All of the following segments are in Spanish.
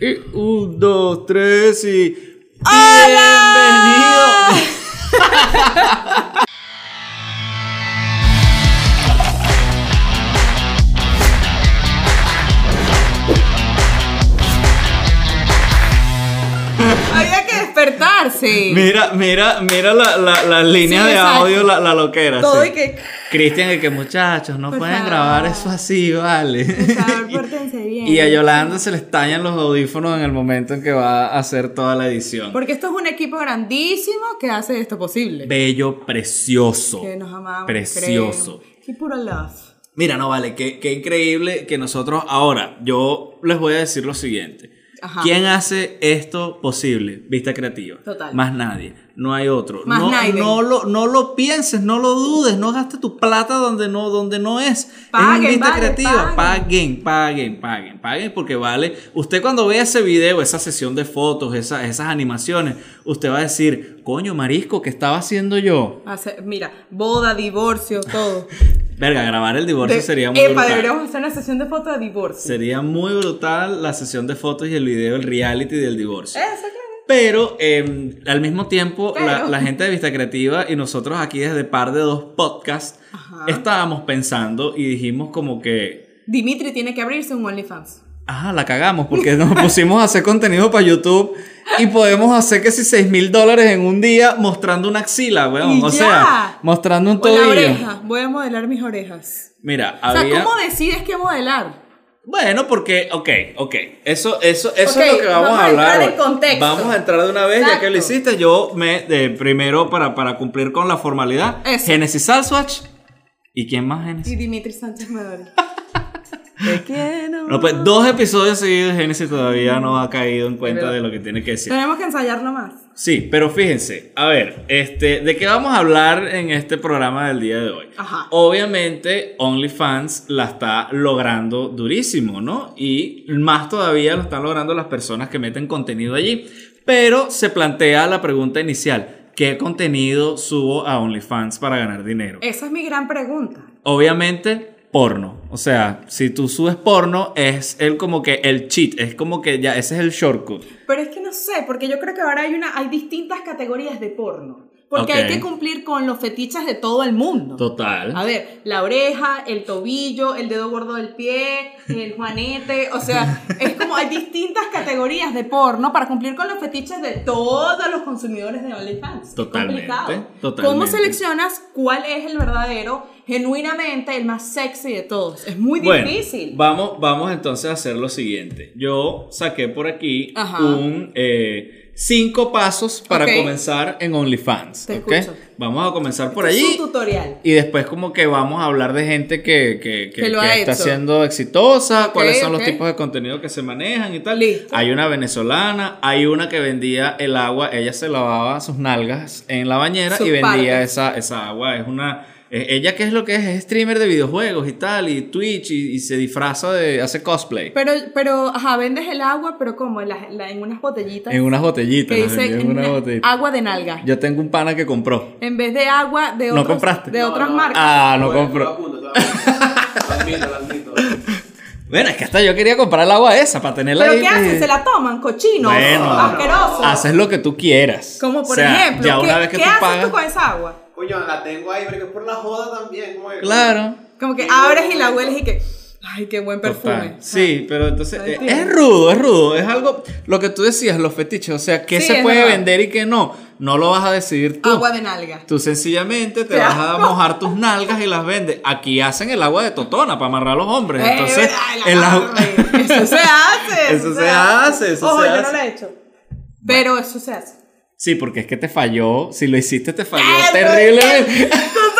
Y un, dos, tres y. ¡Hola! ¡Bienvenido! Había que despertarse. Mira, mira, mira la, la, la línea Sí, de exacto. audio, la, la loquera. Todo sí. y que. Cristian, el que muchachos, no Por pueden favor. grabar eso así, vale. Por favor, pórtense bien. Y a Yolanda se le estallan los audífonos en el momento en que va a hacer toda la edición. Porque esto es un equipo grandísimo que hace esto posible. Bello, precioso. que nos amamos. Precioso. creemos. Qué puro love. Mira, no vale, qué, qué increíble que nosotros ahora, yo les voy a decir lo siguiente. Ajá. ¿Quién hace esto posible? Vista creativa. Total. Más nadie. No hay otro. Más no, nadie. no lo, no lo pienses, no lo dudes, no gastes tu plata donde no, donde no es. es Paguen, en vista vale, creativa. paguen. Paguen. paguen, paguen, paguen, porque vale. Usted cuando vea ese video, esa sesión de fotos, esa- esas animaciones, usted va a decir, coño, marisco, ¿qué estaba haciendo yo? Hace- mira, boda, divorcio, todo. Verga, grabar el divorcio De- sería muy Epa, brutal. deberíamos hacer una sesión de fotos de divorcio. Sería muy brutal la sesión de fotos y el video, el reality del divorcio. Eso, claro. Pero eh, al mismo tiempo, la- Pero. La, gente de Vista Creativa y nosotros aquí desde par de dos podcasts Ajá. estábamos pensando y dijimos como que, Dimitri tiene que abrirse un OnlyFans. ah, la cagamos porque nos pusimos a hacer contenido para YouTube y podemos hacer que si 6 mil dólares en un día mostrando una axila, weón. Y o ya. sea, mostrando un O la tobillo. oreja. Voy a modelar mis orejas. Mira, O había... sea, ¿cómo decides qué modelar? Bueno, porque, ok, ok. Eso, eso, eso Ok, es lo que vamos, vamos a a hablar. entrar hoy. en contexto. Vamos a entrar de una vez, ya que lo Exacto. hiciste. Yo me, de, primero, para, para cumplir con la formalidad, Eso. Genesis Salswatch. ¿Y quién más Y Genesis? Dimitri Sánchez Medori. Te quiero. No, pues dos episodios seguidos, Genesis todavía no ha caído en cuenta de lo que tiene que decir. Tenemos que ensayarlo más. Sí, pero fíjense, a ver, este, ¿de qué vamos a hablar en este programa del día de hoy? Ajá. Obviamente, OnlyFans la está logrando durísimo, ¿no? Y más todavía lo están logrando las personas que meten contenido allí. Pero se plantea la pregunta inicial: ¿qué contenido subo a OnlyFans para ganar dinero? Esa es mi gran pregunta. obviamente porno. O sea, si tú subes porno, es el como que el cheat, es como que ya ese es el shortcut. Pero es que no sé, porque yo creo que ahora hay una, hay distintas categorías de porno. Porque Ok. hay que cumplir con los fetiches de todo el mundo. Total. A ver, la oreja, el tobillo, el dedo gordo del pie, el juanete, o sea, es como hay distintas categorías de porno para cumplir con los fetiches de todos los consumidores de OnlyFans. Es Totalmente, complicado. ¿Cómo totalmente. seleccionas cuál es el verdadero, genuinamente el más sexy de todos? Es muy Bueno, difícil. Vamos, vamos entonces a hacer lo siguiente. Yo saqué por aquí Ajá. un eh, cinco pasos para Ok. comenzar en OnlyFans. Te ¿ok? escucho. Vamos a comenzar por Este es allí. un tutorial. Y después como que vamos a hablar de gente que, que, que- Que lo que ha está hecho. siendo exitosa, cuáles son ok. los tipos de contenido que se manejan y tal. Listo. Hay una venezolana, hay una que vendía el agua, ella se lavaba sus nalgas en la bañera Sus y vendía partes. esa, esa agua. Es una... eh, Ella que es lo que es, es streamer de videojuegos y tal, y Twitch, y, y se disfraza de, hace cosplay. Pero, pero, ajá, vendes el agua, pero como en, las- la- en unas botellitas. En unas botellitas. que las dice vendía en una en- Ah. botellita. agua de nalga. Yo tengo un pana que compró. En vez de agua de ¿No otros, compraste? De No, otras no. marcas. Ah, no Bueno, compró. Lo apunto, lo apunto. Lo admito, lo admito. Bueno, es que hasta yo quería comprar el agua esa para tenerla ¿Pero ahí, qué pues, hacen? ¿Se la toman? ¿Cochinos? Bueno, ¿Asquerosos? Haces lo que tú quieras. Como por O sea, ejemplo, ya ¿qué, una vez que qué tú haces pagas, tú con esa agua? Coño, la tengo ahí, pero que es por la joda también, güey. Claro. Como que abres y la hueles y que, ay, qué buen perfume. Total. Sí, pero entonces Ahí eh, tiene. es rudo, es rudo, es algo lo que tú decías, los fetiches, o sea, qué Sí, se es puede verdad. vender y qué no, no lo vas a decidir tú. Ah, Agua de nalga. Tú sencillamente te Qué vas a asco. mojar tus nalgas y las vendes. Aquí hacen el agua de totona para amarrar a los hombres. Eh, Entonces, ay, la el agua. madre. Eso se hace. Eso se hace, eso Ojo, se yo hace. no lo he hecho. Pero eso se hace. Sí, porque es que te falló. Si lo hiciste, te falló Eso, terriblemente. Eso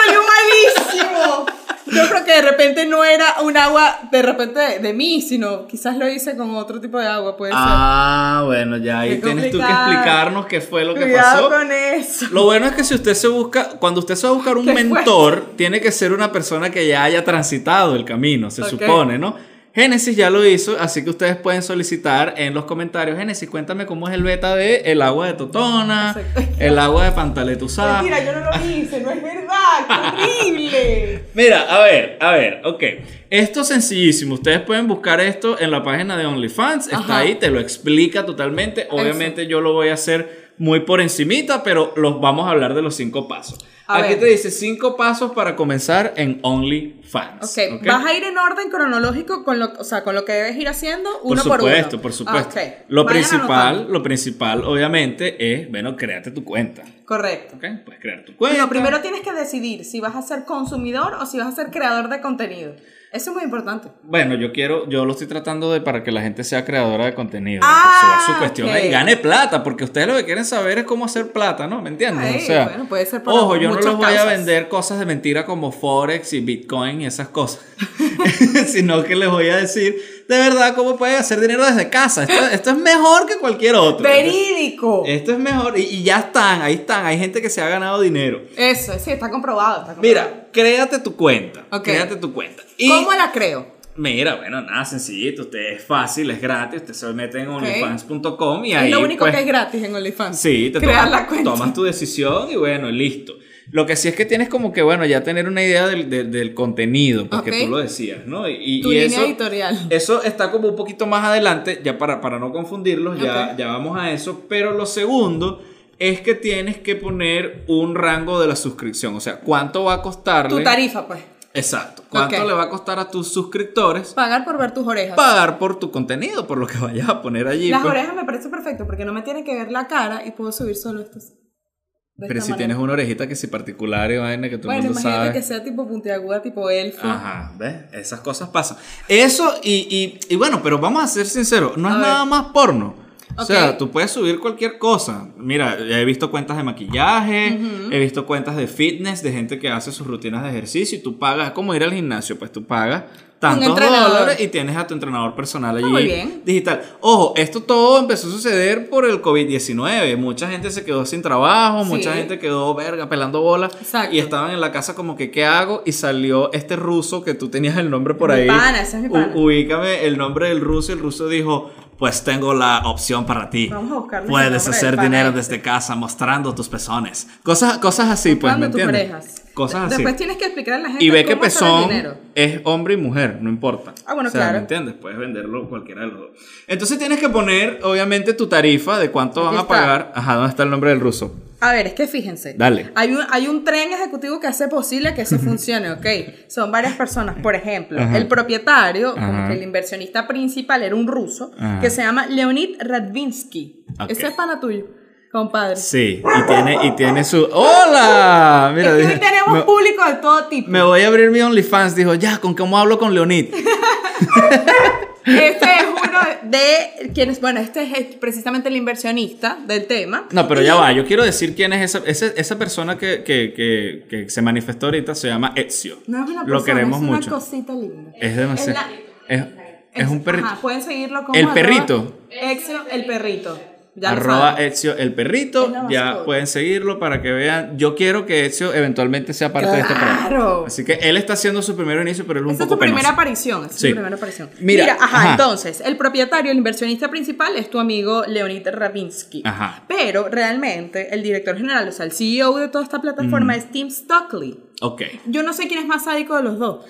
salió Pues, malísimo. Yo creo que de repente no era un agua de repente de, de mí, sino quizás lo hice con otro tipo de agua, puede Ah, bueno, ya ahí Qué tienes tú que complicado. explicarnos qué fue lo ser. que Cuidado pasó. con eso. Lo bueno es que si usted se busca, cuando usted se va a buscar un Qué mentor, tiene que ser una persona que ya haya transitado el camino, se Ok. supone, ¿no? Génesis ya lo hizo, así que ustedes pueden solicitar en los comentarios. Génesis, cuéntame cómo es el beta de el agua de Totona, Exacto. el agua de Pantaletuzá. Mentira, yo no lo hice, no es verdad, qué horrible. Mira, a ver, a ver, ok. Esto es sencillísimo. Ustedes pueden buscar esto en la página de OnlyFans. Está Ajá. ahí, te lo explica totalmente. Obviamente yo lo voy a hacer muy por encimita, pero los vamos a hablar de los cinco pasos. A Aquí ver. te dice cinco pasos para comenzar en OnlyFans. Ok, vas a ir en orden cronológico con lo, o sea, con lo que debes ir haciendo uno por por, uno. supuesto, por supuesto. Ah, ok. Lo Vayan principal, anotando. lo principal, obviamente, es, bueno, créate tu cuenta. Correcto. ¿Ok? Puedes crear tu cuenta. Lo primero tienes que decidir si vas a ser consumidor o si vas a ser creador de contenido. Eso es muy importante. Bueno, yo quiero, yo lo estoy tratando de para que la gente sea creadora de contenido, Ah, que suba su cuestión ok. y gane plata, porque ustedes lo que quieren saber es cómo hacer plata, ¿no? ¿Me entiendes? Ay, o sea, bueno, puede ser por ojo, yo no muchas les voy a causas. vender cosas de mentira como Forex y Bitcoin y esas cosas, sino que les voy a decir de verdad cómo pueden hacer dinero desde casa. Esto, esto es mejor que cualquier otro. Verídico. Esto es mejor y, y ya están, ahí están, hay gente que se ha ganado dinero. Eso, sí, está comprobado. está comprobado. Mira, créate tu cuenta, Ok. créate tu cuenta. Y- ¿cómo la creo? Mira, bueno, nada, sencillito, usted es fácil, es gratis, usted se mete en onlyfans.com y ahí Es lo único pues, que es gratis en OnlyFans. Sí, te crear tomas, la cuenta. tomas tu decisión y bueno, listo. Lo que sí es que tienes como que, bueno, ya tener una idea del, del- del contenido, porque Ok. tú lo decías, ¿no? Y, y- Tu y línea eso, editorial. eso está como un poquito más adelante, ya para, para no confundirlos, ya, Ok. ya vamos a eso. Pero lo segundo es que tienes que poner un rango de la suscripción, o sea, cuánto va a costarle. Tu tarifa, pues. Exacto. ¿Cuánto Ok. le va a costar a tus suscriptores Pagar por ver tus orejas. pagar por tu contenido, por lo que vayas a poner allí. Las pues. orejas me parece perfecto porque no me tiene que ver la cara y puedo subir solo estas. de Pero esta si manera. tienes una orejita que si particular y vaina que todo el Bueno, mundo imagínate sabe. que sea tipo puntiaguda, tipo elfo. Ajá, ¿ves? Esas cosas pasan. Eso y, y- y bueno, pero vamos a ser sinceros, no A es ver. nada más porno. O sea, Ok. tú puedes subir cualquier cosa. Mira, ya he visto cuentas de maquillaje, he visto cuentas de fitness, de gente que hace sus rutinas de ejercicio y tú pagas, es como ir al gimnasio, pues tú pagas tantos entrenador. Ah, dólares y tienes a tu entrenador personal allí muy bien. digital. Ojo, esto todo empezó a suceder por el COVID-19. Mucha gente se quedó sin trabajo, Sí. mucha gente quedó verga pelando bolas Exacto. y estaban en la casa como que qué hago y salió este ruso que tú tenías el nombre por Mi ahí. pana, ese es mi U- pana. ubícame el nombre del ruso y el ruso dijo, "Pues tengo la opción para ti. Vamos a buscarle el nombre Puedes del hacer pana dinero este". desde casa mostrando tus pezones." Cosas cosas así, pues, ¿me Dando tus entiendes? orejas. Cosas así. Después tienes que explicar a la gente Y ve que cómo hacer el pezón dinero. es hombre y mujer, no importa. Ah, bueno, O sea, ¿me claro. entiendes? Puedes venderlo cualquiera de los dos. Entonces tienes que poner, obviamente, tu tarifa de cuánto van Aquí a está. pagar. Ajá, ¿dónde está el nombre del ruso? A ver, es que fíjense. Dale. Hay un, hay un tren ejecutivo que hace posible que eso funcione, ¿ok? Son varias personas. Por ejemplo, Ajá. el propietario, Ajá. como que el inversionista principal, era un ruso, Ajá. que se llama Leonid Radvinsky. Ok. Ese es pana tuyo, compadre. Sí, y tiene, y tiene su... ¡Hola! Mira, es que dije, hoy tenemos me- público de todo tipo. me, voy a abrir mi OnlyFans. Dijo, ya, ¿con cómo hablo con Leonid? Este es uno de quienes, bueno, este es precisamente el inversionista del tema. No, pero ya va, yo quiero decir quién es esa, esa, esa persona que, que, que, que se manifestó ahorita, se llama Ezio. No es una persona, Lo queremos es una mucho. cosita linda. Es demasiado... Es, es un perrito. Ajá, pueden seguirlo como El arroba perrito. Exio, el perrito. Ya lo arroba saben. Ezio el Es la perrito. Ya mascota. pueden seguirlo para que vean. Yo quiero que Ezio eventualmente sea parte de este Claro. programa. Así que él está haciendo su primer inicio, pero él es un Esa es poco tu primera penoso. aparición. esa es tu Sí. primera aparición. Mira, Mira, ajá, ajá. entonces, el propietario, el inversionista principal es tu amigo Leonid Ravinsky. Ajá. Pero realmente el director general, o sea, el CEO de toda esta Mm. plataforma es Tim Stockley. Ok. Yo no sé quién es más sádico de los dos.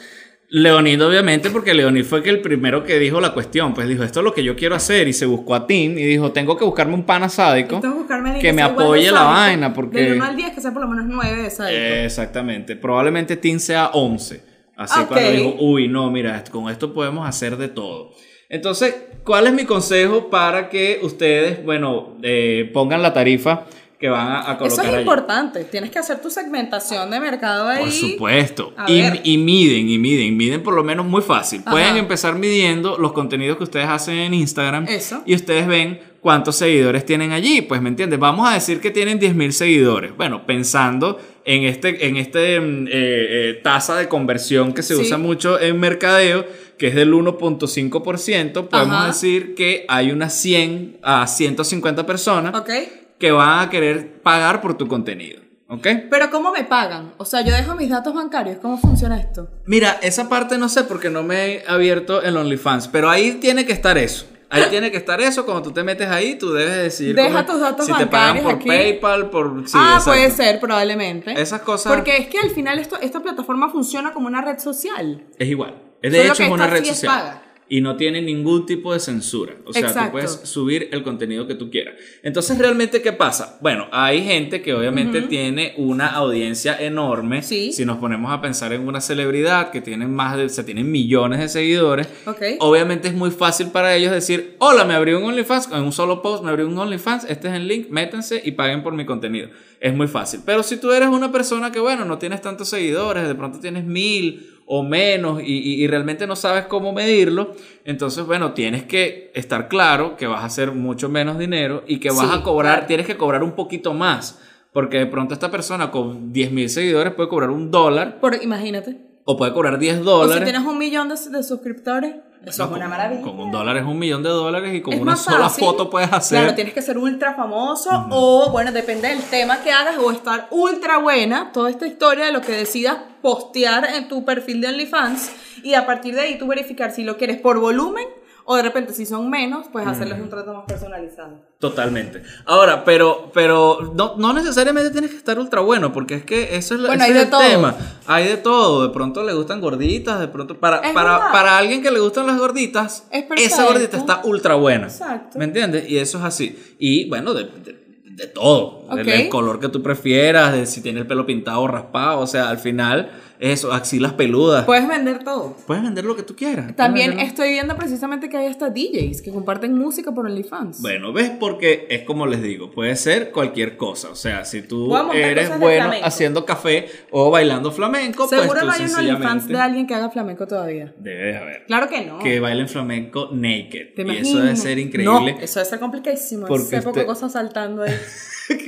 Leonid, obviamente, porque Leonid fue que el primero que dijo la cuestión. Pues dijo, esto es lo que yo quiero hacer. Y se buscó a Tim y dijo, tengo que buscarme un pana sádico Tengo que buscarme a alguien que me sea igual de apoye la sádico, vaina. Porque... Eh, Del 1 al 10, que sea por lo menos 9 de sádico. Exactamente. Probablemente Tim sea 11. Así Ok. cuando digo, uy, no, mira, con esto podemos hacer de todo. Entonces, ¿cuál es mi consejo para que ustedes, bueno, eh, pongan la tarifa que van a, a Eso colocar es allí? importante. Tienes que hacer tu segmentación de mercado ahí. Por supuesto. A Y, ver. y miden, y miden, miden por lo menos muy fácil. Ajá. Pueden empezar midiendo los contenidos que ustedes hacen en Instagram. Eso. Y ustedes ven cuántos seguidores tienen allí. Pues, ¿me entiendes? Vamos a decir que tienen 10.000 seguidores. Bueno, pensando en este, en este mm, eh, eh, tasa de conversión que se Sí. usa mucho en mercadeo, que es del 1.5%, podemos Ajá. decir que hay unas 100 a 150 personas ¿Ok? que van a querer pagar por tu contenido. ¿Ok? Pero ¿cómo me pagan? O sea, yo dejo mis datos bancarios. ¿Cómo funciona esto? Mira, esa parte no sé porque no me he abierto el OnlyFans, pero ahí tiene que estar eso. Ahí tiene que estar eso. Cuando tú te metes ahí, tú debes decir. Deja como tus datos Si te pagan bancarios por aquí. PayPal, por. sí, ah, exacto. puede ser, probablemente. Esas cosas- Porque es que al final esto, esta plataforma funciona como una red social. Es igual. Es Solo de hecho que es una esta red sí es social. paga. Y no tiene ningún tipo de censura. O sea, tú Exacto. puedes subir el contenido que tú quieras. Entonces, ¿realmente qué pasa? Bueno, hay gente que obviamente tiene una audiencia enorme. Sí. Si nos ponemos a pensar en una celebridad que tiene más de, o sea, tienen millones de seguidores. Ok. Obviamente es muy fácil para ellos decir, hola, me abrí un OnlyFans, en un solo post me abrí un OnlyFans, este es el link, métanse y paguen por mi contenido. Es muy fácil. Pero si tú eres una persona que, bueno, no tienes tantos seguidores, de pronto tienes mil o menos y, y- y realmente no sabes cómo medirlo, entonces, bueno, tienes que estar claro que vas a hacer mucho menos dinero y que vas Sí, a cobrar, tienes que cobrar un poquito más. Porque de pronto esta persona con 10 mil seguidores puede cobrar un dólar Por, imagínate. o puede cobrar 10 O si dólares. tienes un millón de, de suscriptores, eso No, es una con- maravilla. Con un dólar es un millón de dólares y con Es una más sola fácil. foto puedes hacer. Claro, tienes que ser ultra famoso o, bueno, depende del tema que hagas o estar ultra buena. Toda esta historia de lo que decidas postear en tu perfil de OnlyFans y a partir de ahí tú verificar si lo quieres por volumen o de repente si son menos, pues Mm. hacerles un trato más personalizado. Totalmente. Ahora, pero, pero no, no necesariamente tienes que estar ultra bueno, porque es que eso es, la- ese Bueno, hay es de el todo. tema. Hay de todo. De pronto le gustan gorditas, de pronto. Para, Es para, verdad. para alguien que le gustan las gorditas, Es esa perfecto. gordita está ultra buena. Exacto. ¿Me entiendes? Y eso es así. Y bueno, de, de- de todo. Del- Ok. Del color que tú prefieras, de si tiene el pelo pintado o raspado. O sea, al final, eso, axilas peludas. Puedes vender todo. Puedes vender lo que tú quieras. Puedes Pues- También vender lo- estoy viendo precisamente que hay hasta DJs que comparten música por OnlyFans. Bueno, ves, porque es como les digo, puede ser cualquier cosa. O sea, si tú Voy a montar eres cosas de bueno flamenco. haciendo café o bailando flamenco, Seguro pues tú no hay un OnlyFans sencillamente de alguien que haga flamenco todavía. debe de haber Claro que no. que bailen flamenco naked. ¿Te y eso debe imaginas? ser No, increíble. eso debe ser complicadísimo. Porque Ese poco usted- cosa saltando ahí.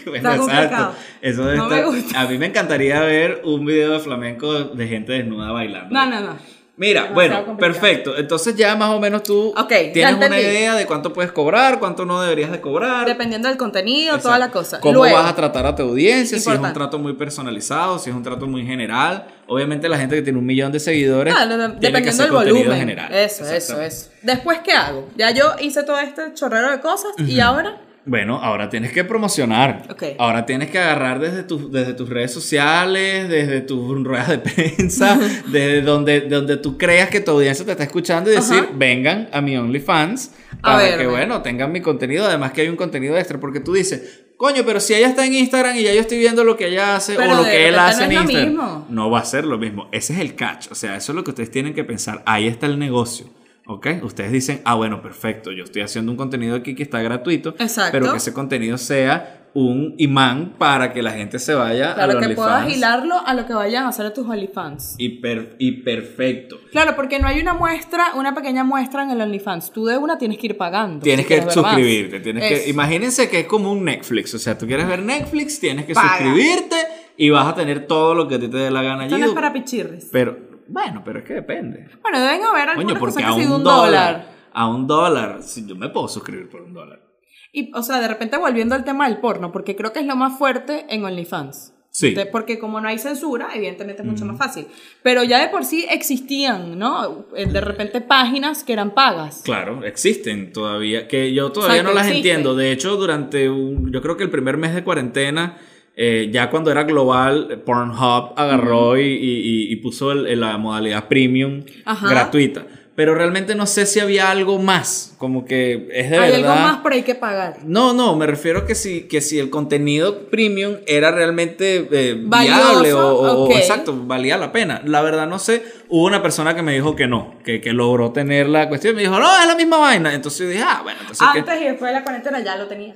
Bueno, Está complicado. Eso debe No me estar- gusta. A mí me encantaría ver un video de flamenco de gente desnuda bailando. No, no, no. Mira, Demasiado bueno, complicado. perfecto. Entonces ya más o menos tú Ok, ya tienes una entendí. idea de cuánto puedes cobrar, cuánto no deberías de cobrar. Dependiendo del contenido, Exacto. toda la cosa. ¿Cómo Luego, vas a tratar a tu audiencia? Si es un Importante. trato muy personalizado, si es un trato muy general. Obviamente la gente que tiene un millón de seguidores Ah, lo de- tiene que dependiendo hacer del contenido volumen. general. Eso, eso, Exactamente. eso. Después, ¿qué hago? Ya yo hice todo este chorrero de cosas y ahora. Bueno, ahora tienes que promocionar. Ok. Ahora tienes que agarrar desde tus, desde tus redes sociales, desde tus ruedas de prensa, desde donde, donde tú creas que tu audiencia te está escuchando y decir, Ajá. vengan a mi OnlyFans A para verme. que, bueno, tengan mi contenido. Además que hay un contenido extra, porque tú dices, coño, pero si ella está en Instagram y ya yo estoy viendo lo que ella hace Pero o lo de que él repente hace no en es lo Instagram. mismo. No va a ser lo mismo. Ese es el catch. O sea, eso es lo que ustedes tienen que pensar. Ahí está el negocio. ¿Ok? Ustedes dicen, ah, bueno, perfecto. Yo estoy haciendo un contenido aquí que está gratuito. Exacto. Pero que ese contenido sea un imán para que la gente se vaya a Claro los que puedas OnlyFans. hilarlo a lo que vayan a hacer tus OnlyFans. Y, per- y perfecto. Claro, porque no hay una muestra, una pequeña muestra en el OnlyFans. Tú de una tienes que ir pagando. Tienes si que quieres ver más. suscribirte. Tienes que, Eso. imagínense que es como un Netflix. O sea, tú quieres ver Netflix, tienes que Paga. suscribirte y vas a tener todo lo que a ti te dé la gana Esto allí. no es para pichirres. Pero, bueno, pero es que depende. Bueno, deben haber algunas Coño, porque cosas a que sí un, de un dólar, dólar. A un dólar. Si yo me puedo suscribir por un dólar. Y, o sea, de repente volviendo al tema del porno, porque creo que es lo más fuerte en OnlyFans. Sí. De- porque como no hay censura, evidentemente es mucho más fácil. Pero ya de por sí existían, ¿no? Eh, De repente páginas que eran pagas. Claro, existen todavía, que yo todavía Exacto, no las existen. entiendo. De hecho, durante un- yo creo que el primer mes de cuarentena, eh, ya cuando era global, eh, Pornhub agarró y, y- y- y puso el- el- la modalidad premium Ajá. gratuita. Pero realmente no sé si había algo más, como que es de hay verdad. algo más, pero hay que pagar. No, no, me refiero que si, que si el contenido premium era realmente eh, Valioso, viable o, o- ok. exacto, valía la pena. La verdad no sé, hubo una persona que me dijo que no, que, que logró tener la cuestión, me dijo, no, es la misma vaina. Entonces yo dije, ah, bueno, entonces... que- y después de la cuarentena ya lo tenía.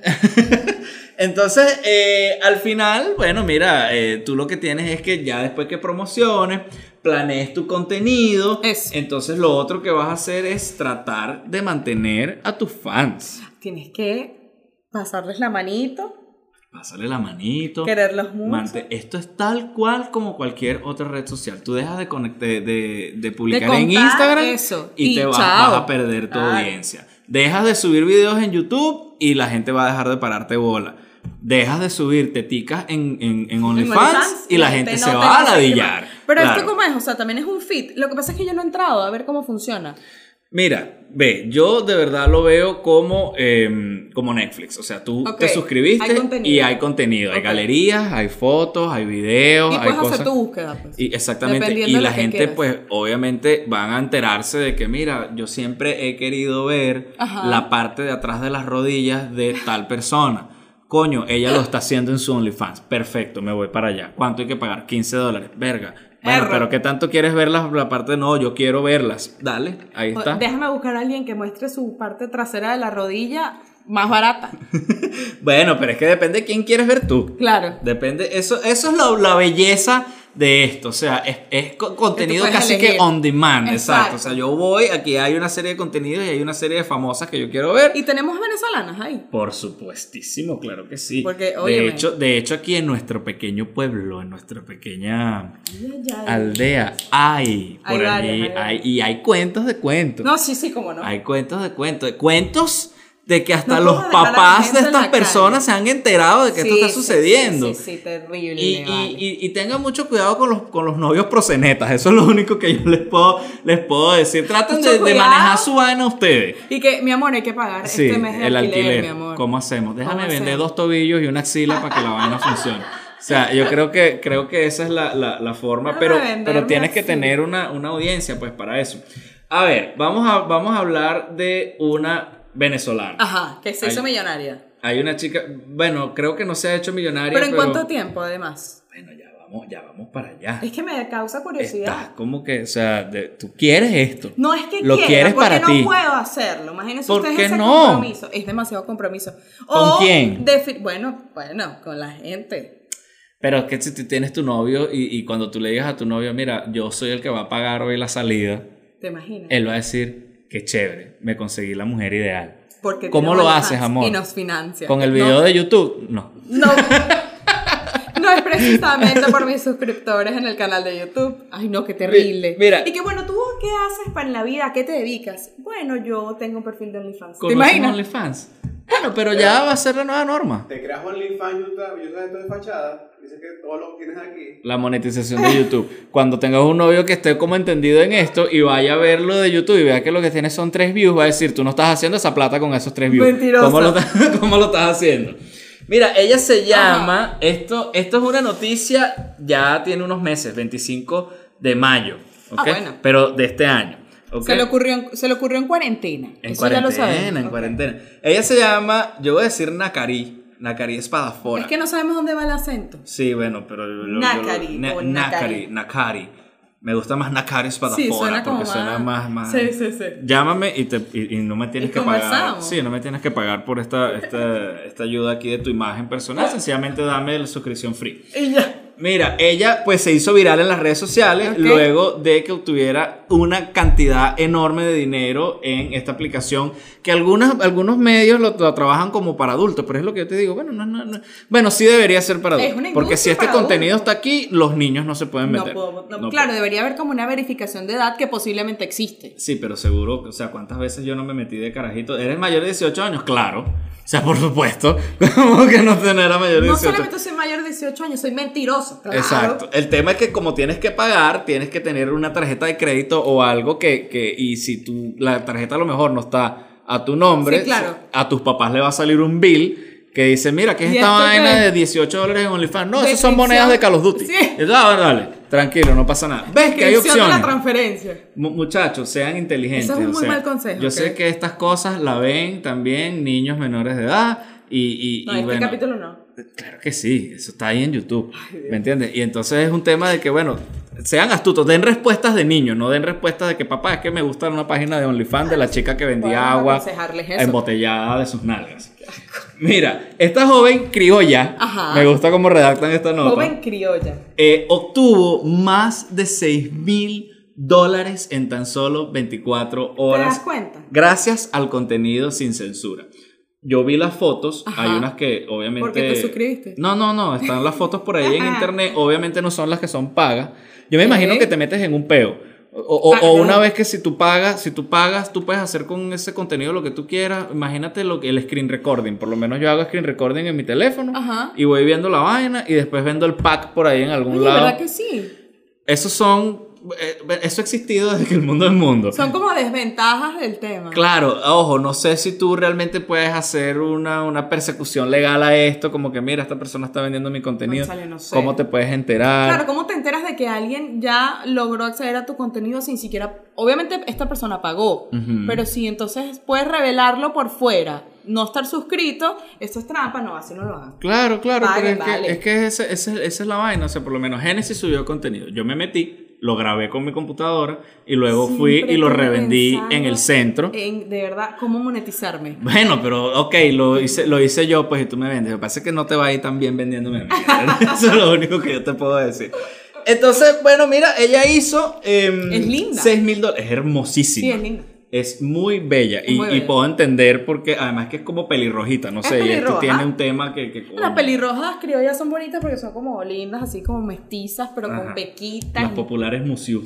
entonces, eh, al final, bueno, mira, eh, tú lo que tienes es que ya después que promociones, planees tu contenido, Eso. entonces lo otro que vas a hacer es tratar de mantener a tus fans. Tienes que pasarles la manito, Pásale la manito. quererlos mucho. Mante, esto es tal cual como cualquier otra red social. Tú dejas de, conect- de, de- de publicar De en contar Instagram eso. y, Y te vas, chao. vas a perder tu Claro. audiencia. Dejas de subir videos en YouTube y la gente va a dejar de pararte bola. dejas de subir teticas en, en, en OnlyFans OnlyFans y la gente se va a ladillar. Pero Claro. esto como es, o sea, también es un fit. Lo que pasa es que yo no he entrado a ver cómo funciona. Mira, ve, yo de verdad lo veo como, eh, como Netflix. O sea, tú Ok, te suscribiste hay contenido. y hay contenido. Hay Ok. galerías, hay fotos, hay videos, Y hay puedes cosas. hacer tu búsqueda, pues. Y exactamente, Dependiendo y de la lo que gente quieras. pues obviamente van a enterarse de que mira, yo siempre he querido ver Ajá. la parte de atrás de las rodillas de tal persona. Coño, ella lo está haciendo en su OnlyFans. Perfecto, me voy para allá. ¿Cuánto hay que pagar? 15 dólares. Verga. Bueno, Erro. pero ¿qué tanto quieres ver la, la parte? No, yo quiero verlas. Dale, ahí está. Déjame buscar a alguien que muestre su parte trasera de la rodilla más barata. Bueno, pero es que depende de quién quieres ver tú. Claro. Depende, eso, eso es lo- la belleza de esto, o sea, es, es co- contenido puedes casi que elegir. on demand, exacto. Exacto. O sea, yo voy, aquí hay una serie de contenidos y hay una serie de famosas que yo quiero ver. Y tenemos venezolanas ahí. Por supuestísimo, claro que sí. Porque, de, óyeme. hecho, de hecho, aquí en nuestro pequeño pueblo, en nuestra pequeña Ay, ay, ay. aldea, hay, Hay por varias, allí, hay varias. hay- y hay cuentos de cuentos. No, sí, sí, cómo no. Hay cuentos de cuentos, de cuentos de que hasta No los podemos dejar a la papás gente de en la estas personas se han enterado de que Sí, esto está sí, sucediendo. Sí, sí, sí, terrible. Y, vale. y- y- y tengan mucho cuidado con los, con los novios procenetas. Eso es lo único que yo les puedo, les puedo decir. Traten Mucho de, de cuidado. manejar su vaina ustedes. Y que, mi amor, hay que pagar Sí, este mes de el alquiler, alquiler. mi amor. ¿Cómo hacemos? Déjame ¿Cómo vender hacemos? dos tobillos y una axila para que la vaina funcione. O sea, yo creo que, creo que esa es la, la- la forma, Déjame pero, vender pero una tienes que axila. tener una, una audiencia pues para eso. A ver, vamos a, vamos a hablar de una venezolana. Ajá, que se hizo Ay. millonaria. Hay una chica, bueno, creo que no se ha hecho millonaria. Pero en cuánto tiempo, además. Bueno, ya vamos, ya vamos para allá. Es que me causa curiosidad. Estás como que, o sea, de- tú quieres esto. No es que Lo quiera, quieres porque para no ti. puedo hacerlo. Imagínense ¿Por ustedes qué ese no? compromiso. Es demasiado compromiso. ¿Con O quién? defi- bueno, bueno, con la gente. Pero es que si tú tienes tu novio y, y cuando tú le digas a tu novio, mira, yo soy el que va a pagar hoy la salida, ¿Te imaginas? él va a decir, qué chévere, me conseguí la mujer ideal. Porque ¿Cómo tenemos lo las haces, fans amor? Y nos financia. Con el video No, de YouTube, no. No. No es precisamente por mis suscriptores en el canal de YouTube. Ay, no, qué terrible. Mi- mira. Y que bueno, ¿tú qué haces para en la vida? ¿A qué te dedicas? Bueno, yo tengo un perfil de OnlyFans. ¿Te ¿Conoces imaginas? OnlyFans? Bueno, pero ya va a ser la nueva norma. Te creas OnlyFans y otra y otra gente de fachada. Dice que todo lo que tienes aquí. La monetización de YouTube. Cuando tengas un novio que esté como entendido en esto y vaya a ver lo de YouTube y vea que lo que tienes son tres views, va a decir, tú no estás haciendo esa plata con esos tres views. Mentirosa. ¿Cómo lo, ta- cómo lo estás haciendo? Mira, ella se llama, esto, esto es una noticia, ya tiene unos meses, 25 de mayo, ¿ok? Ah, bueno. Pero de este año, ¿ok? Se, le ocurrió en, se le ocurrió en cuarentena. En Eso cuarentena, ya lo en sabemos. Ok. cuarentena. Ella se llama, yo voy a decir Nakari, Nakari Espadafora. Es que no sabemos dónde va el acento. Sí, bueno, pero. yo- yo- yo- Nakari na- o Nakari. Nakari. Nakari. Me gusta más Nakari espadafora Sí, suena como porque suena más. más- más- Sí, sí, sí. Llámame y, te- y- y no me tienes Y que pagar. conversamos. Sí, no me tienes que pagar por esta, esta, esta ayuda aquí de tu imagen personal. Sencillamente dame la suscripción free. Y ya. Mira, ella pues se hizo viral en las redes sociales Ok. luego de que obtuviera una cantidad enorme de dinero en esta aplicación que algunas, algunos medios lo, lo trabajan como para adultos, pero es lo que yo te digo, bueno, no, no, no. bueno sí debería ser para Es adultos, una porque industria si este para contenido adultos. está aquí, los niños no se pueden No meter. puedo, no- No claro, pueden. debería haber como una verificación de edad que posiblemente existe. Sí, pero seguro, o sea, ¿cuántas veces yo no me metí de carajito? ¿Eres mayor de 18 años? Claro. O sea, por supuesto, como que no tener a mayor de 18 No solamente soy mayor de 18 años, soy mentiroso. Claro. Exacto. El tema es que como tienes que pagar, tienes que tener una tarjeta de crédito o algo que, que y si tú, la tarjeta a lo mejor no está a tu nombre, Sí, claro. a tus papás le va a salir un bill que dice, mira, ¿qué es ¿Y esta esto vaina qué? de 18 dólares en OnFans? No, esas son Descripción. monedas de Call of Duty. Sí. Y tú, "Ah, bueno, dale, tranquilo, no pasa nada. ¿Ves que hay Descripción de la opciones? transferencia. Mu- Muchachos, sean inteligentes. Eso es un o muy sea, mal consejo, Yo ¿ok? sé que estas cosas la ven también niños menores de edad y, y, No, y este bueno, capítulo no. Claro que sí, eso está ahí en YouTube. ¿Me entiendes? Y entonces es un tema de que, bueno, sean astutos, den respuestas de niños, no den respuestas de que papá, es que me gusta una página de OnlyFans de la chica que vendía Podemos agua aconsejarles eso. embotellada de sus nalgas. Mira, esta joven criolla, Ajá. me gusta cómo redactan esta nota, Joven criolla. eh, obtuvo más de 6 mil dólares en tan solo 24 ¿Te horas das cuenta? gracias al contenido sin censura. Yo vi las fotos, Ajá. hay unas que obviamente... Porque te suscribiste. No, no, no, están las fotos por ahí en internet, obviamente no son las que son pagas. Yo me imagino Ok. que te metes en un peo. O, o- Ah, o no. una vez que si tú pagas, si tú pagas, tú puedes hacer con ese contenido lo que tú quieras. Imagínate lo que el screen recording. Por lo menos yo hago screen recording en mi teléfono Ajá. y voy viendo la vaina y después vendo el pack por ahí en algún Oye, lado. ¿verdad que sí? Esos son. eh, Eso ha existido desde que el mundo es mundo. Son como desventajas del tema. Claro, ojo, no sé si tú realmente puedes hacer una, una persecución legal a esto, como que mira, esta persona está vendiendo mi contenido. Cónchale, no sé. ¿Cómo te puedes enterar? Claro, ¿cómo te enteras de que alguien ya logró acceder a tu contenido sin siquiera... Obviamente esta persona pagó, Ujú. pero si entonces puedes revelarlo por fuera, no estar suscrito, esto es trampa, no, así no lo hagan. Claro, claro, Vale, pero es vale. que, es que ese- ese- esa es la vaina. O sea, por lo menos Genesis subió contenido. Yo me metí, lo grabé con mi computadora y luego fui Siempre y lo tuve revendí pensado en el centro. en, de verdad, ¿cómo monetizarme? Bueno, pero ok, lo hice, lo hice yo, pues, y tú me vendes. Lo que pasa es que no te va a ir tan bien vendiéndome. a mí. Eso es lo único que yo te puedo decir. Entonces, bueno, mira, ella hizo... em, Es linda. 6 mil dólares. Es hermosísima. Sí, es linda. Es muy bella. y, muy y bella. puedo entender porque además que es como pelirrojita, no Es sé, y esto pelirroja. tiene un tema que... que Las pelirrojas criollas son bonitas porque son como lindas, así como mestizas, pero Ajá. con pequitas. Las populares Musiu.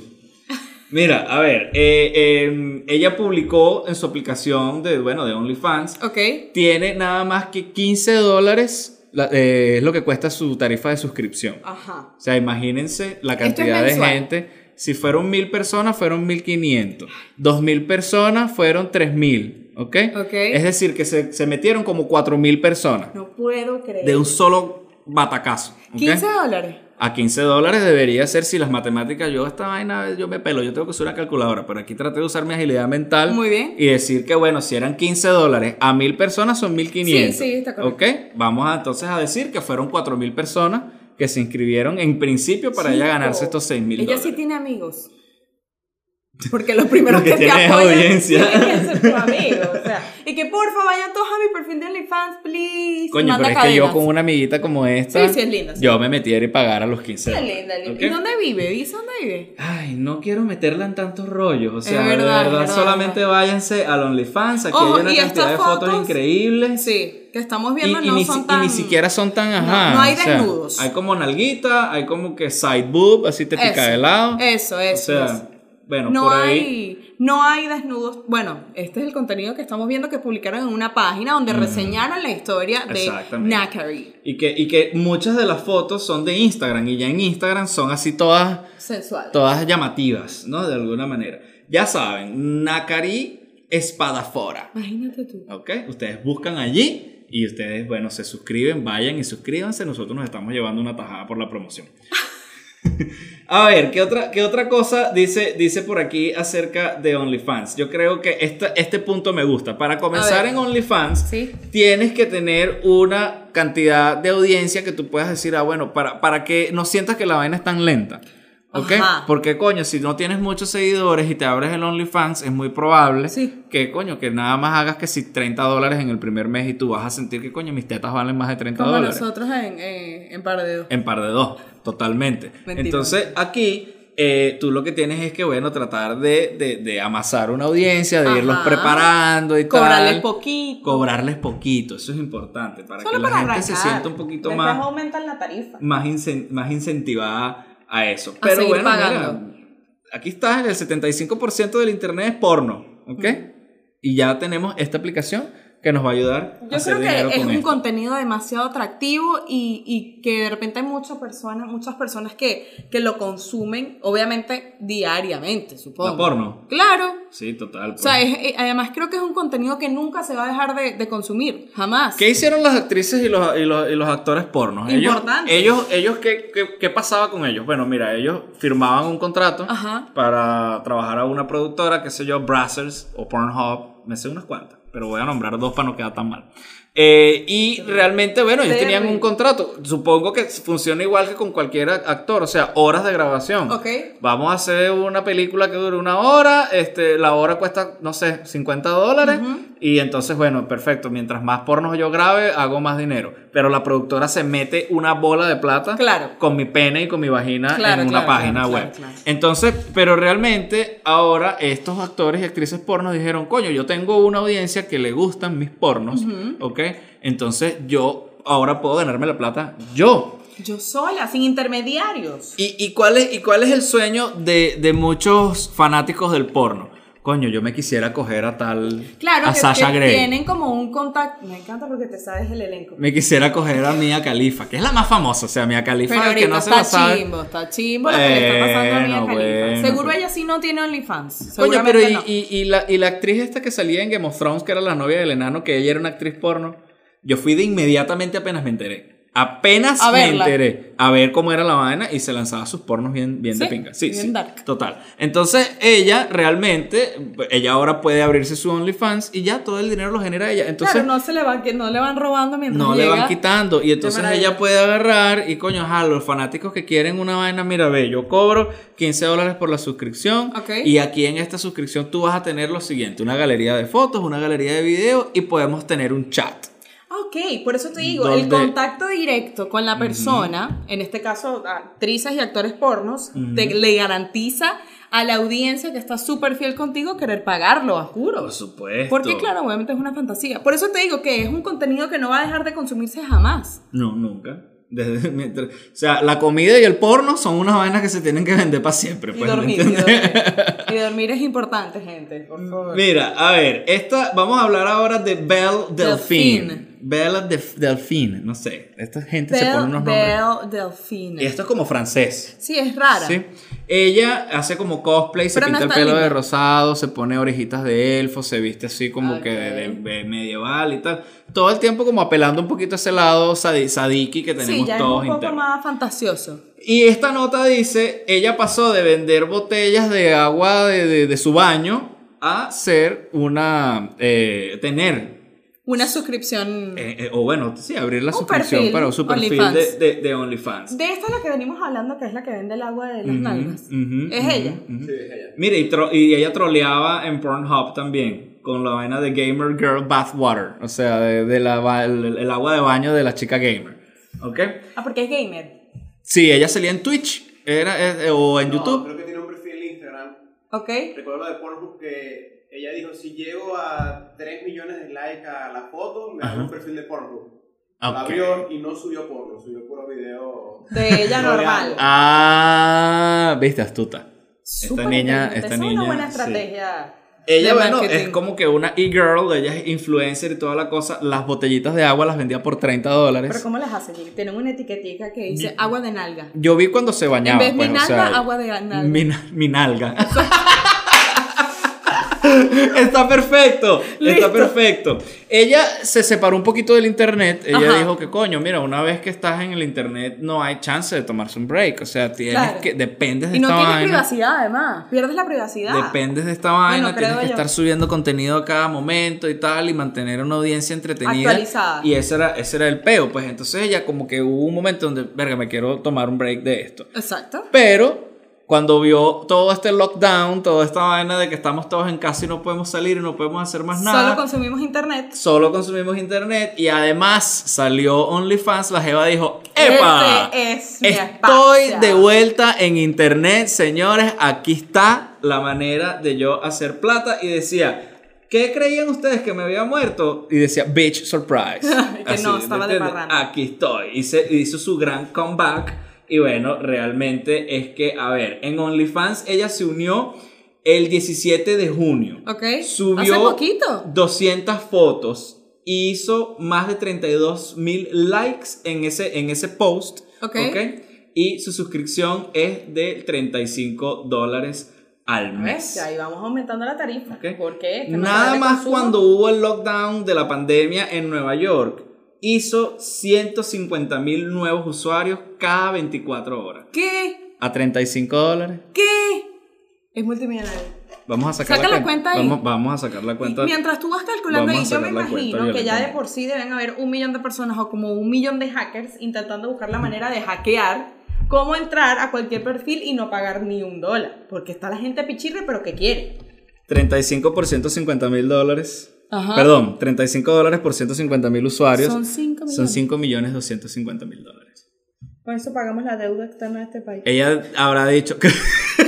Mira, a ver, eh, eh, ella publicó en su aplicación de, bueno, de OnlyFans, Ok. tiene nada más que 15 dólares, la- eh, es lo que cuesta su tarifa de suscripción. Ajá. O sea, imagínense la Esto es cantidad de mensual. gente. Si fueron mil personas, fueron 1500. Dos mil personas, fueron 3000. ¿Ok? Ok. Es decir, que se, se metieron como 4000 personas No puedo creer. de un solo batacazo. ¿ok? 15 dólares. A 15 dólares debería ser si las matemáticas, yo esta vaina, yo me pelo, yo tengo que usar una calculadora, pero aquí traté de usar mi agilidad mental. Muy bien. Y decir que, bueno, si eran 15 dólares, a mil personas son 1500. Sí, sí, está correcto. Ok, vamos a, entonces a decir que fueron 4000 personas que se inscribieron en principio para ella Chico, ganarse estos 6 mil Ella dólares. sí tiene amigos. Porque los primeros Porque que te tiene apoyan audiencia. tienen que ser tus amigos. O sea, y que porfa vayan todos a mi perfil de OnlyFans, please. Coño, pero Manda es que yo cadenas. con una amiguita como esta, Sí, sí, es linda, sí. yo me metiera y pagara los 15 Qué dólares. linda, linda. ¿ok? ¿Y dónde vive? ¿Dice dónde vive? Ay, no quiero meterla en tantos rollos. O sea, de verdad, verdad, es verdad, solamente es váyanse al OnlyFans. Aquí Ojo, hay una y cantidad estas de fotos, fotos- increíbles. Sí, que estamos Y, viendo y no ni, si- son y tan... ni siquiera son tan ajá. no hay o sea, desnudos. hay como nalguita, hay como que side boob, así te pica Eso, de lado. Eso, o eso. sea, eso. bueno, No por ahí. hay, no hay desnudos. Bueno, este es el contenido que estamos viendo que publicaron en una página donde reseñaron la historia de Mm. Exactamente. Nakari. Y que, y que muchas de las fotos son de Instagram y ya en Instagram son así todas Sensual. todas llamativas, ¿no? De alguna manera. Ya saben, Nakari Espadafora. Imagínate tú. ¿Ok? Ustedes buscan allí y ustedes, bueno, se suscriben, vayan y suscríbanse. Nosotros nos estamos llevando una tajada por la promoción. A ver, ¿qué otra, qué otra cosa dice, dice por aquí acerca de OnlyFans? Yo creo que esta- este punto me gusta. Para comenzar ver. en OnlyFans, Sí. tienes que tener una cantidad de audiencia que tú puedas decir, ah, bueno, para, para que no sientas que la vaina es tan lenta. ¿Ok? Ajá. Porque, coño, si no tienes muchos seguidores y te abres el OnlyFans, es muy probable Sí. que, coño, que nada más hagas que si 30 dólares en el primer mes y tú vas a sentir que, coño, mis tetas valen más de 30 Como dólares. nosotros en, eh, en, en Pardeo. En par de dos, totalmente. Mentira. Entonces, aquí eh, tú lo que tienes es que, bueno, tratar de, de- de amasar una audiencia, de irlos Ajá. preparando y Cobrarles tal poquito. cobrarles poquito, eso es importante, para Solo que la para gente se arrancar. sienta un poquito Después más, aumentan la tarifa. más, incen- más incentivada a eso. A Pero seguir bueno, pagando. mira, aquí está, el 75% del internet es porno, ¿ok? Y ya tenemos esta aplicación que nos va a ayudar a Yo hacer creo dinero que es con un esto. contenido demasiado atractivo y, y que de repente hay muchas personas, muchas personas que, que lo consumen, obviamente, diariamente, supongo. ¿La porno? Claro. Sí, total. O pues. sea, es- eh, además creo que es un contenido que nunca se va a dejar de, de consumir, jamás. ¿Qué hicieron las actrices y los, y los, y los actores pornos? Ellos, Importante. ellos, ellos ¿qué, qué, qué pasaba con ellos? Bueno, mira, ellos firmaban un contrato Ajá. para trabajar a una productora, qué sé yo, Brazzers o Pornhub, me sé unas cuantas, pero voy a nombrar dos para no quedar tan mal. Eh, y realmente, bueno, ellos Terry. tenían un contrato. Supongo que funciona igual que con cualquier actor, o sea, horas de grabación. Ok. Vamos a hacer una película que dure una hora, este, la hora cuesta, no sé, 50 dólares. Y entonces, bueno, perfecto, mientras más pornos yo grabe, hago más dinero. Pero la productora se mete una bola de plata Claro. con mi pene y con mi vagina Claro, en una claro, página claro, web. claro, claro. Entonces, pero realmente ahora estos actores y actrices pornos dijeron, coño, yo tengo una audiencia que le gustan mis pornos, ¿ok? Entonces yo ahora puedo ganarme la plata yo. Yo sola, sin intermediarios. ¿Y, y cuál, es, y cuál es el sueño de, de muchos fanáticos del porno? Coño, yo me quisiera coger a tal. Claro, a que, Sasha que Grey. tienen como un contacto. Me encanta porque te sabes el elenco. Me quisiera coger a Mia Khalifa, que es la más famosa. O sea, Mia Khalifa, Pero el que ahorita no se la está sabe. chimbo, está chimbo lo que le está pasando a Mia Bueno, Khalifa. bueno, Seguro pero- ella sí no tiene OnlyFans. Coño, pero seguramente y, no. y- y la, y la actriz esta que salía en Game of Thrones, que era la novia del enano, que ella era una actriz porno, yo fui de inmediatamente apenas me enteré. Apenas A me verla. enteré a ver cómo era la vaina y se lanzaba sus pornos bien, bien de Sí, pinga. Sí, bien sí. dark. Total. Entonces ella realmente, ella ahora puede abrirse su OnlyFans y ya todo el dinero lo genera ella. Entonces claro, no, se le van, que no le van robando mientras no le llega. van quitando. Y entonces maravilla. ella puede agarrar y coño, ajá, los fanáticos que quieren una vaina, mira, ve, yo cobro 15 dólares por la suscripción. Ok. Y aquí en esta suscripción tú vas a tener lo siguiente, una galería de fotos, una galería de videos y podemos tener un chat. Ah, Ok, por eso te digo, el Donde- contacto directo con la persona, en este caso actrices y actores pornos, te, le garantiza a la audiencia que está súper fiel contigo querer pagarlo, a juro. Por supuesto. Porque claro, obviamente es una fantasía. Por eso te digo que es un contenido que no va a dejar de consumirse jamás. No, nunca. Desde mientras- o sea, la comida y el porno son unas vainas que se tienen que vender para siempre. Y pues, ¿me dormir, y entiendes? Mm. dormir. Y dormir es importante, gente, por favor. Mira, a ver, esta, vamos a hablar ahora de Belle Delphine. Delphine. Belle Def- Delphine, no sé. Esta gente se pone Belle, unos nombres. Belle Delfina. Y esto es como francés. Sí, es rara. ¿sí? Ella hace como cosplay, se Pero no pinta el es tan pelo de linda. rosado, se pone orejitas de elfo, se viste así como que de, Ok. de- de medieval y tal. Todo el tiempo como apelando un poquito a ese lado sadi- sadiki que tenemos Sí, ya es un todos poco interno. más fantasioso. Y esta nota dice, ella pasó de vender botellas de agua de, de- de su baño a ser una, eh, tener Una suscripción. eh, eh, o bueno, sí, abrir la Un suscripción perfil, para su perfil OnlyFans. de, de- de OnlyFans. De esta es la que venimos hablando, que es la que vende el agua de las Ujú, Mm. nalgas. ujú, es ujú, ella. ujú. Sí, es ella. Mira, y, tro- y ella troleaba en Pornhub también, con la vaina de Gamer Girl Bathwater, o sea, de, de la ba- el, el agua de baño de la chica gamer. ¿Ok? Ah, porque es gamer. Sí, ella salía en Twitch era, eh, eh, o en No, YouTube. creo que tiene un perfil en Instagram. ¿Ok? Recuerdo la de Pornhub que ella dijo, si llego a 3 millones de likes a la foto, me hago un perfil de Pornhub. La Ah, Ok. abrió y no subió porno, subió puro video. De ella normal. Ah, Ah, viste, astuta. Súper niña- inteligente. esta Esa es niña, una buena sí. estrategia. Ella, de bueno, es marketing. como que una e-girl, ella es influencer y toda la cosa. Las botellitas de agua las vendía por 30 Pero dólares. ¿cómo las hace? Jill? Tienen una etiquetica que dice agua de nalga. Yo vi cuando se bañaba. en vez de pues, o nalga, sea, agua de nalga. Mi, na- mi nalga. Está perfecto, está Listo. perfecto. Ella se separó un poquito del internet. Ella Ajá. dijo que, coño, mira, una vez que estás en el internet no hay chance de tomarse un break. O sea, tienes Claro. que, dependes de Y no esta tienes vaina. privacidad, además. Pierdes la privacidad. Dependes de esta vaina, Bueno, creo tienes que yo. estar subiendo contenido a cada momento y tal, y mantener una audiencia entretenida. Actualizada. Y ese era, ese era el peo. Pues entonces ella como que hubo un momento donde, verga, me quiero tomar un break de esto. Exacto. Pero cuando vio todo este lockdown, toda esta vaina de que estamos todos en casa y no podemos salir y no podemos hacer más Pues nada. Solo consumimos internet. Solo consumimos internet y además salió OnlyFans. La Jeva dijo: ¡Epa! Este es mi Estoy espacio". de vuelta en internet, señores. Aquí está la manera de yo hacer plata. Y decía: ¿Qué creían ustedes que me había muerto? Y decía: Bitch, surprise. Que no, estaba de ¿entiendes? parranda. Aquí estoy. Hice- hizo su gran comeback. Y bueno, realmente es que, a ver, en OnlyFans ella se unió el 17 de junio. ¿Ok? Subió Hace poquito. 200 fotos y hizo más de 32 mil likes en ese, en ese post. Ok. Y su suscripción es de 35 dólares al ¿Ves? mes. Y ahí vamos aumentando la tarifa. Ok. ¿Por qué? Que no Nada sale más consumo. cuando hubo el lockdown de la pandemia en Nueva York, hizo 150 mil nuevos usuarios cada 24 horas. ¿Qué? A 35 dólares. ¿Qué? Es multimillonario. Vamos a sacar Saca la cuenta ahí. Vamos, vamos a sacar la cuenta. Mientras tú vas calculando, Vamos a y yo me sacar la cuenta imagino que ya violentamente. de por sí deben haber un millón de personas o como un millón de hackers intentando buscar la manera de hackear cómo entrar a cualquier perfil y no pagar ni un dólar. Porque está la gente pichirre, pero que quiere. 35 por 150 mil dólares. Ajá. Perdón, 35 dólares por 150 mil usuarios. Son 5 millones. Son 5 millones 250 mil dólares. Por eso pagamos la deuda externa de este país. Ella habrá dicho que...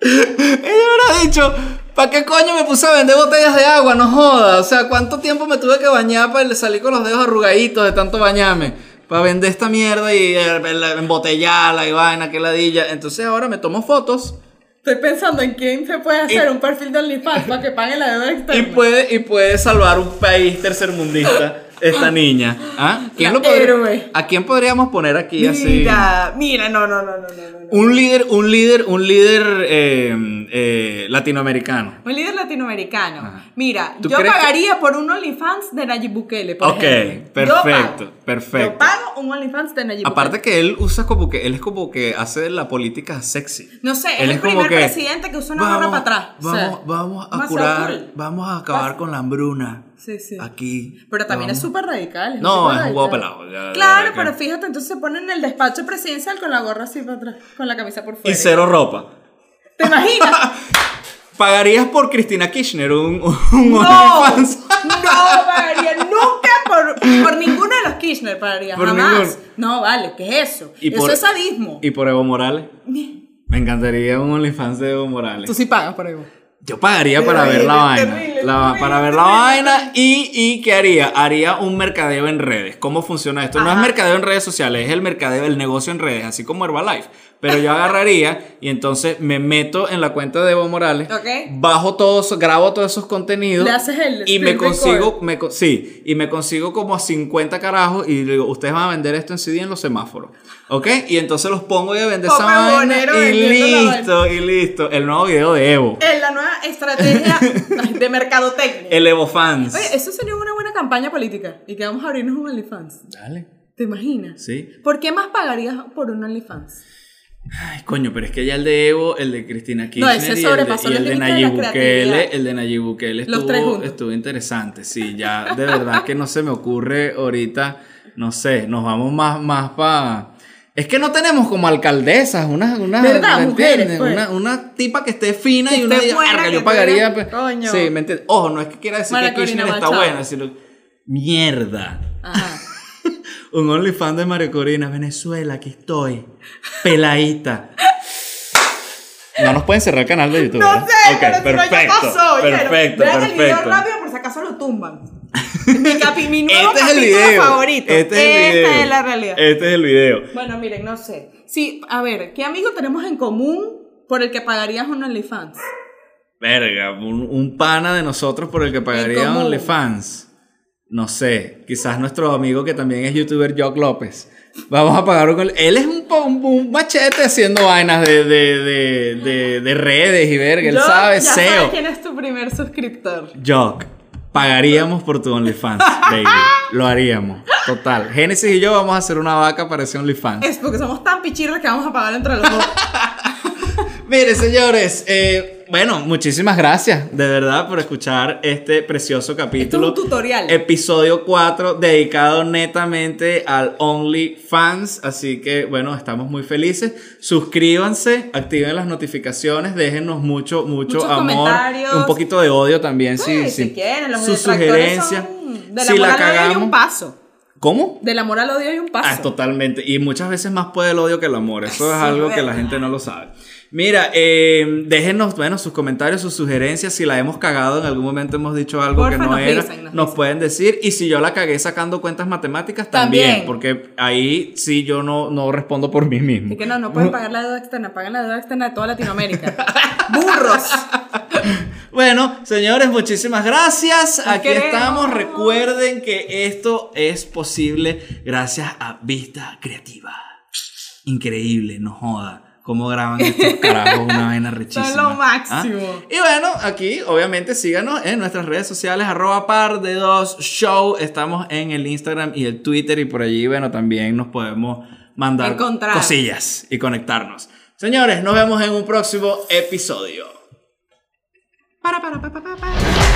Ella habrá dicho, ¿Para qué coño me puse a vender botellas de agua? No joda. O sea, ¿cuánto tiempo me tuve que bañar para salir con los dedos arrugaditos de tanto bañarme? Para vender esta mierda y eh, la- embotellarla y vaina, que ladilla. Entonces ahora me tomo fotos Estoy pensando en quién se puede hacer un perfil de OnlyFans para que pague la deuda eh, y externa. puede, y puede salvar un país tercermundista esta niña. ¿Ah? ¿Quién La lo podría- héroe. ¿A quién podríamos poner aquí así? Mira, mira, no, no, no, no, no, no. Un líder, un líder, un líder eh, eh, latinoamericano. Un líder latinoamericano. Ajá. Mira, ¿Tú yo crees que- pagaría por un OnlyFans de Nayib Bukele, por Ok, ejemplo. perfecto, Yo pago. perfecto. Yo pago un OnlyFans de Nayib Aparte Bukele. que él usa como que, él es como que hace la política sexy. No sé, es Él el como primer presidente que usa una gorra para atrás, o sea, Vamos, vamos a demasiado curar, cool. vamos a acabar con la hambruna. Sí, sí. Aquí. Pero también es Vamos. súper radical. un No, tipo es un huevo radical. pelado, ya, de Claro, verdad que- pero fíjate, entonces se pone en el despacho presidencial con la gorra así para atrás, con la camisa por Y fuera. cero ropa. ¿Te imaginas? ¿Pagarías por Cristina Kirchner un, un No, OnlyFans? no pagaría nunca por, por ninguno de los Kirchner pagaría, Por jamás. ninguno. No, vale, ¿qué es eso? Y eso por- es sadismo. ¿Y por Evo Morales? Me encantaría un OnlyFans de Evo Morales. Tú sí pagas por eso. Yo pagaría para ver la Terrible, vaina. terrible, la- terrible, para ver la terrible. vaina y, y ¿qué haría? Haría un mercadeo en redes. ¿Cómo funciona esto? No es Ajá. mercadeo en redes sociales, es el mercadeo, el negocio en redes, así como Herbalife. Pero yo agarraría y entonces me meto en la cuenta de Evo Morales, Ok. bajo todos, grabo todos esos contenidos Le haces el y me screen consigo, record. me, co- sí, y me consigo como a 50 carajos y le digo, ustedes van a vender esto en CD en los semáforos, ¿ok? Y entonces los pongo ahí a vender esa Pope vaina Bonero y vendiendo la vaina. listo, y listo. El nuevo video de Evo. Es la nueva estrategia de mercadotecnia. El Evo Fans. Oye, eso sería una buena campaña política. Y que vamos a abrirnos un OnlyFans. Dale. ¿Te imaginas? Sí. ¿Por qué más pagarías por un OnlyFans? Ay, coño, pero es que ya el de Evo, el de Cristina Kirchner ese y el de, sobrepasó y los el de límites de Nayib la Bukele, creatividad. el de Nayib Bukele Los tres estuvo, juntos. estuvo interesante, sí, ya de verdad que no se me ocurre ahorita, no sé, nos vamos más, más para... Es que no tenemos como alcaldesas, una, una, ¿Verdad? ¿me Mujeres, entiendes? pues. una, una tipa que esté fina Que y una esté diga, buena, "Verga, que yo te pagaría. diga, pues". "Coño". Sí, ¿me entiendes? Ojo, no es que quiera decir Mara que Kirchner Corina está Machado. buena, sino mierda. Ajá. Un OnlyFans de María Corina, Venezuela, aquí estoy. Peladita. No nos pueden cerrar el canal de YouTube. No ¿verdad? sé, ¿eh? Ok, pero si no, ya perfecto, pasó. oyeron. Perfecto, Vean el video perfecto. rápido por si acaso lo tumban. Mi, capi- mi nuevo Este es el capítulo video. favorito. Este es el Esta video. es la realidad. Este es el video. Bueno, miren, no sé. Sí, a ver, ¿qué amigo tenemos en común por el que pagarías un OnlyFans? Verga, un, un pana de nosotros por el que pagaría común. OnlyFans. No sé, quizás nuestro amigo que también es youtuber, Jock López. Vamos a pagar un... Él es un, po- un- un machete haciendo vainas de, de, de, de- de redes y verga. Él Yo sabe ya sé SEO. quién es tu primer suscriptor. Jock, pagaríamos por tu OnlyFans, baby. Lo haríamos. Total. Génesis y yo vamos a hacer una vaca para ese OnlyFans. Es porque somos tan pichirres que vamos a pagar entre los dos. Mire, señores, eh, bueno, muchísimas gracias de verdad por escuchar este precioso capítulo. Esto es un tutorial. Eh, Episodio 4 dedicado netamente al OnlyFans. Así que, bueno, estamos muy felices. Suscríbanse, activen las notificaciones, déjenos mucho, mucho Muchos amor. comentarios. Un poquito de odio también, Sí, si, Pues, si quieren, los sus detractores sugerencias. son De la si la moral odio y cagamos. un paso. ¿Cómo? De la moral odio y un paso. Ah, totalmente. Y muchas veces más puede el odio que el amor. Eso es Sí, algo que la ¿verdad? gente no lo sabe. Mira, eh, déjenos, bueno, sus comentarios, sus sugerencias. Si la hemos cagado, en algún momento hemos dicho algo Porfa, que no nos era, dicen, nos nos dicen. pueden decir. Y si yo la cagué sacando cuentas matemáticas, también. También. Porque ahí sí yo no, no respondo por mí mismo. Y que no, no pueden pagar la deuda externa, pagan la deuda externa de toda Latinoamérica. ¡Burros! Bueno, señores, muchísimas gracias. Aquí queremos. estamos. Recuerden que esto es posible gracias a Vista Creativa. Increíble, no joda. Cómo graban estos carajos una vaina rechísima. lo máximo. ¿ah? Y bueno, aquí obviamente síganos en nuestras redes sociales, arroba par de dos show. Estamos en el Instagram y el Twitter y por allí, bueno, también nos podemos mandar Encontrar. cosillas y conectarnos. Señores, nos vemos en un próximo episodio. Para, para, para, para, para.